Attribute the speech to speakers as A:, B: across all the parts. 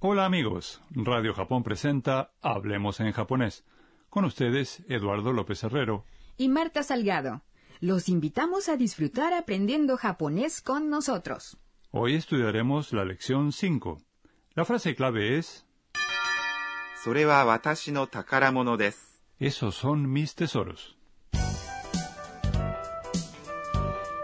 A: Hola amigos, Radio Japón presenta Hablemos en japonés. Con ustedes, Eduardo López Herrero.
B: y Marta Salgado. Los invitamos a disfrutar aprendiendo japonés con nosotros.
A: Hoy estudiaremos la lección 5. La frase clave es,
C: それは私の宝物です。
A: esos son mis tesoros.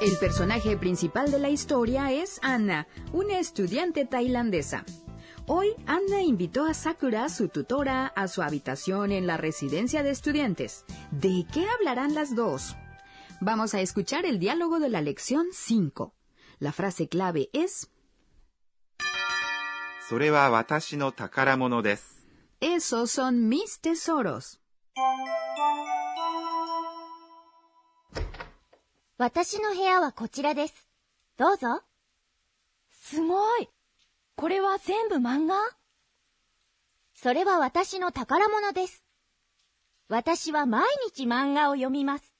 B: El personaje principal de la historia es Anna, una estudiante tailandesa. Hoy Anna invitó a Sakura, su tutora, a su habitación en la residencia de estudiantes. ¿De qué hablarán las dos? Vamos a escuchar el diálogo de la lección 5. La frase clave es
C: それは私の宝物です。
B: Esos son mis tesoros.
D: 私の部屋はこちらです。どうぞ。すごい。これは全部漫画それは私の宝物です。私は毎日漫画を読みます。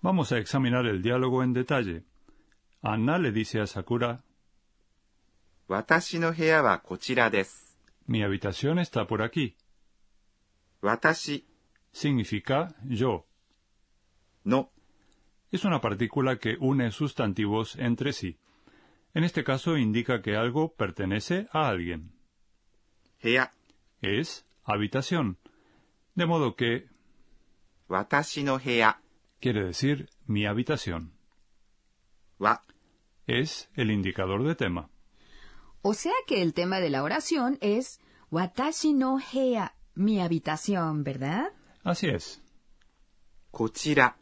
A: Vamos a examinar el diálogo en detalle. Anna le dice a Sakura,
C: 私の部屋はこちらです。
A: mi habitación está por aquí.
C: 私
A: Significa yo.
C: の
A: Es una partícula que une sustantivos entre sí. En este caso indica que algo pertenece a alguien.
C: 部屋、
A: Es habitación. De modo que
C: 私の部屋
A: quiere decir mi habitación.
C: は
A: Es el indicador de tema.
B: O sea que el tema de la oración es Watashi no hea, mi habitación, ¿verdad?
A: Así es.
C: こちら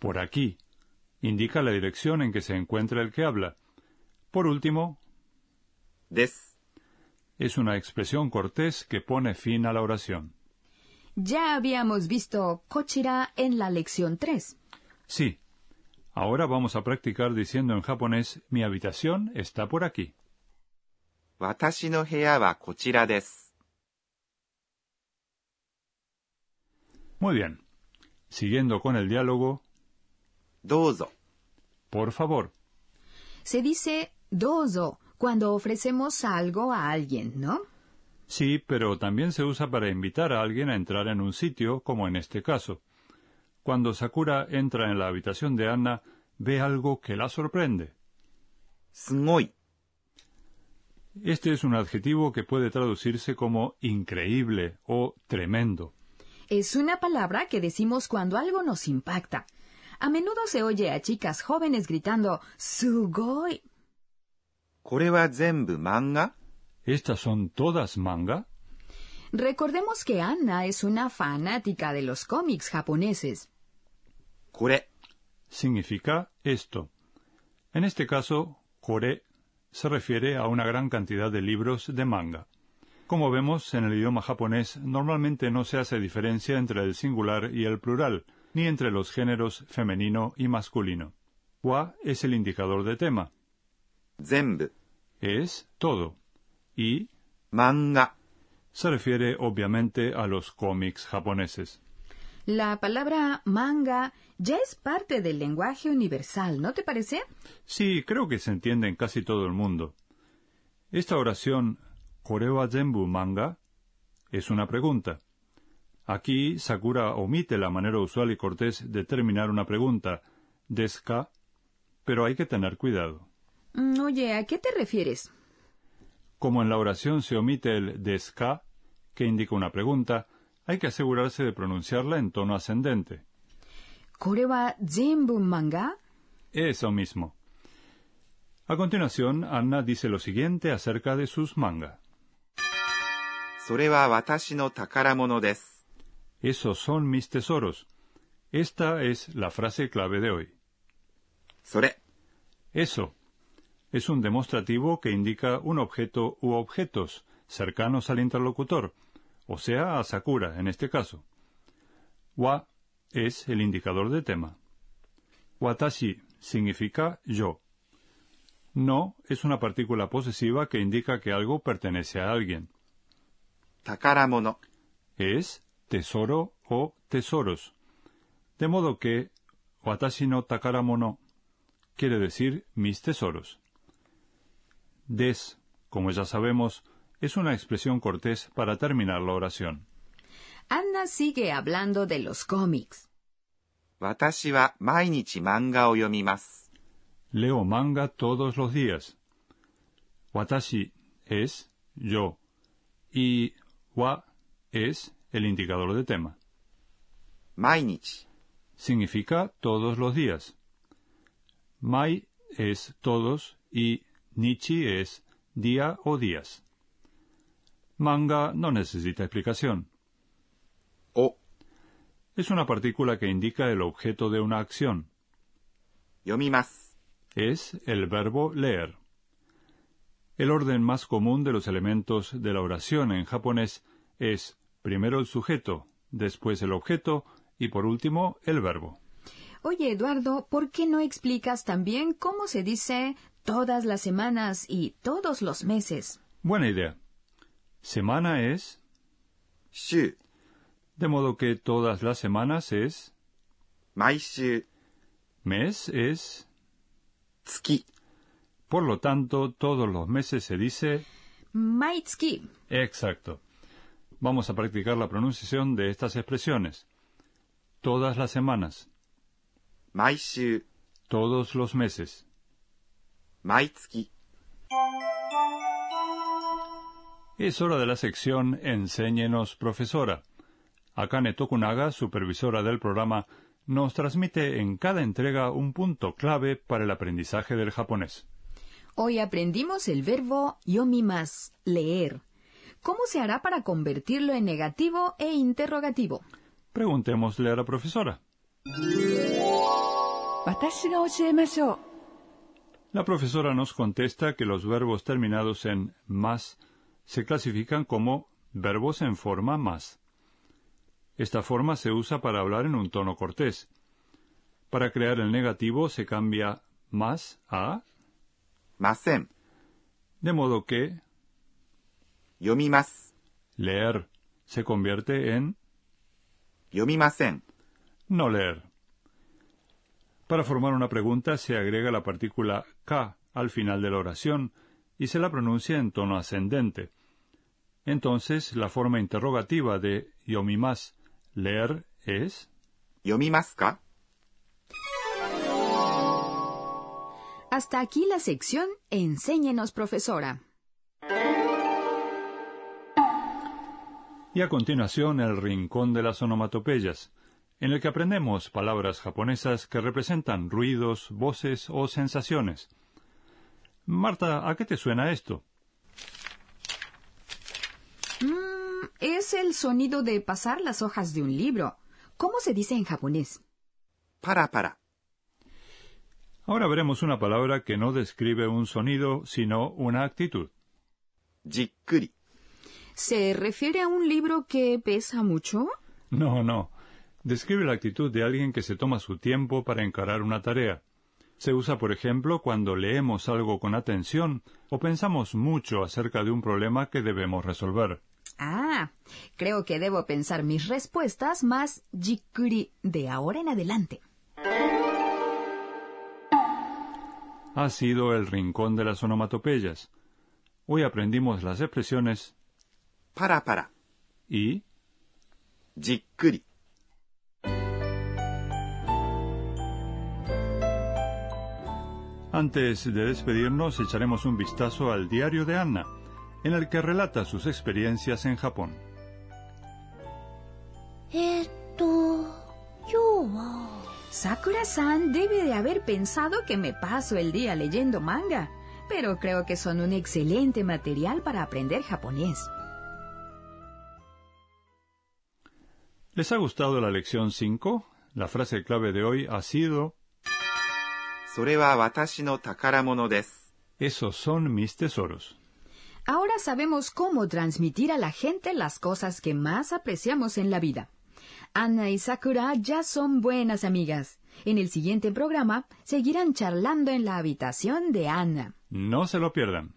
A: Por aquí. Indica la dirección en que se encuentra el que habla. Por último,
C: です。
A: es una expresión cortés que pone fin a la oración.
B: Ya habíamos visto kochira en la lección 3.
A: Sí. Ahora vamos a practicar diciendo en japonés mi habitación está por aquí.
C: 私の部屋はこちらです。
A: Muy bien. Siguiendo con el diálogo,
C: どうぞ。
A: por favor.
B: Se dice dozo cuando ofrecemos algo a alguien, ¿no?
A: Sí, pero también se usa para invitar a alguien a entrar en un sitio, como en este caso. Cuando Sakura entra en la habitación de Anna, ve algo que la sorprende.
C: すごい。
A: Este es un adjetivo que puede traducirse como increíble o tremendo.
B: Es una palabra que decimos cuando algo nos impacta. A menudo se oye a chicas jóvenes gritando sugoi.
C: これは全部漫画
A: ¿Estas son todas manga?
B: Recordemos que Anna es una fanática de los cómics japoneses.
C: これ、
A: Significa esto. En este caso, kore se refiere a una gran cantidad de libros de manga. Como vemos, en el idioma japonés normalmente no se hace diferencia entre el singular y el plural, ni entre los géneros femenino y masculino. Wa es el indicador de tema,
C: 全部、
A: es todo, y
C: 漫画、
A: se refiere obviamente a los cómics japoneses.
B: La palabra manga ya es parte del lenguaje universal, ¿no te parece?
A: Sí, creo que se entiende en casi todo el mundo. Esta oración, Korewa Zenbu Manga, es una pregunta. Aquí Sakura omite la manera usual y cortés de terminar una pregunta, desca, pero hay que tener cuidado.
B: Mm, Oye, ¿a qué te refieres?
A: Como en la oración se omite el desca, que indica una pregunta, hay que asegurarse de pronunciarla en tono ascendente.
B: ¿Korewa zenbu manga?
A: Eso mismo. A continuación, Anna dice lo siguiente acerca de sus manga.
C: それは私の宝物です。
A: Esos son mis tesoros. Esta es la frase clave de hoy.
C: それ、
A: Eso. Es un demostrativo que indica un objeto u objetos cercanos al interlocutor, o sea, a Sakura en este caso. Wa es el indicador de tema. Watashi significa yo. No es una partícula posesiva que indica que algo pertenece a alguien.
C: 宝物、
A: es tesoro o tesoros. De modo que watashi no takaramono quiere decir mis tesoros. Des, como ya sabemos, es una expresión cortés para terminar la oración.
B: Anna sigue hablando de los cómics.
C: 私は毎日漫画を読みます。
A: Leo manga todos los días. Watashi es yo y wa es el indicador de tema.
C: 毎日、
A: Significa todos los días. Mai es todos y nichi es día o días. Manga no necesita explicación.
C: を
A: Es una partícula que indica el objeto de una acción.
C: 読みます。
A: es el verbo leer. El orden más común de los elementos de la oración en japonés es primero el sujeto, después el objeto y por último el verbo.
B: Oye, Eduardo, ¿por qué no explicas también cómo se dice todas las semanas y todos los meses?
A: Buena idea. Semana es,
C: 週、
A: de modo que todas las semanas es,
C: 毎週、
A: mes es,
C: 月、
A: por lo tanto todos los meses se dice
B: Maitsuki.
A: Exacto. Vamos a practicar la pronunciación de estas expresiones. Todas las semanas,
C: 毎週、
A: todos los meses.
C: 毎月、
A: Es hora de la sección Enséñenos, profesora. Akane Tokunaga, supervisora del programa, nos transmite en cada entrega un punto clave para el aprendizaje del japonés.
B: Hoy aprendimos el verbo yomimas, leer. ¿Cómo se hará para convertirlo en negativo e interrogativo?
A: Preguntémosle a la profesora. La profesora nos contesta que los verbos terminados en más se clasifican como verbos en forma más. Esta forma se usa para hablar en un tono cortés. Para crear el negativo se cambia más a
C: ません、
A: De modo que
C: 読みます、
A: leer se convierte en
C: 読みません、
A: no leer. Para formar una pregunta se agrega la partícula K al final de la oración y se la pronuncia en tono ascendente. Entonces, la forma interrogativa de yomimas, leer, es
C: 読みますか
B: Hasta aquí la sección Enséñenos, profesora.
A: y a continuación el rincón de las onomatopeyas, en el que aprendemos palabras japonesas que representan ruidos, voces o sensaciones. Marta, ¿a qué te suena esto?
B: Es el sonido de pasar las hojas de un libro. ¿Cómo se dice en japonés?
C: パラパラ、
A: Ahora veremos una palabra que no describe un sonido, sino una actitud.
C: じっくり、
B: ¿Se refiere a un libro que pesa mucho?
A: No, no. Describe la actitud de alguien que se toma su tiempo para encarar una tarea. Se usa, por ejemplo, cuando leemos algo con atención o pensamos mucho acerca de un problema que debemos resolver.
B: Ah, creo que debo pensar mis respuestas más jikuri de ahora en adelante.
A: Ha sido el rincón de las onomatopeyas. Hoy aprendimos las expresiones
C: パラパラ、
A: y
C: じっくり。
A: Antes de despedirnos echaremos un vistazo al diario de Anna, en el que relata sus experiencias en Japón.
D: えー、っと、今日は、
B: Sakura-san debe de haber pensado que me paso el día leyendo manga, pero creo que son un excelente material para aprender japonés.
A: ¿Les ha gustado la lección 5? La frase clave de hoy ha sido
C: それは私の宝物です。
A: Esos son mis tesoros.
B: Ahora sabemos cómo transmitir a la gente las cosas que más apreciamos en la vida. Ana y Sakura ya son buenas amigas. En el siguiente programa seguirán charlando en la habitación de Ana.
A: No se lo pierdan.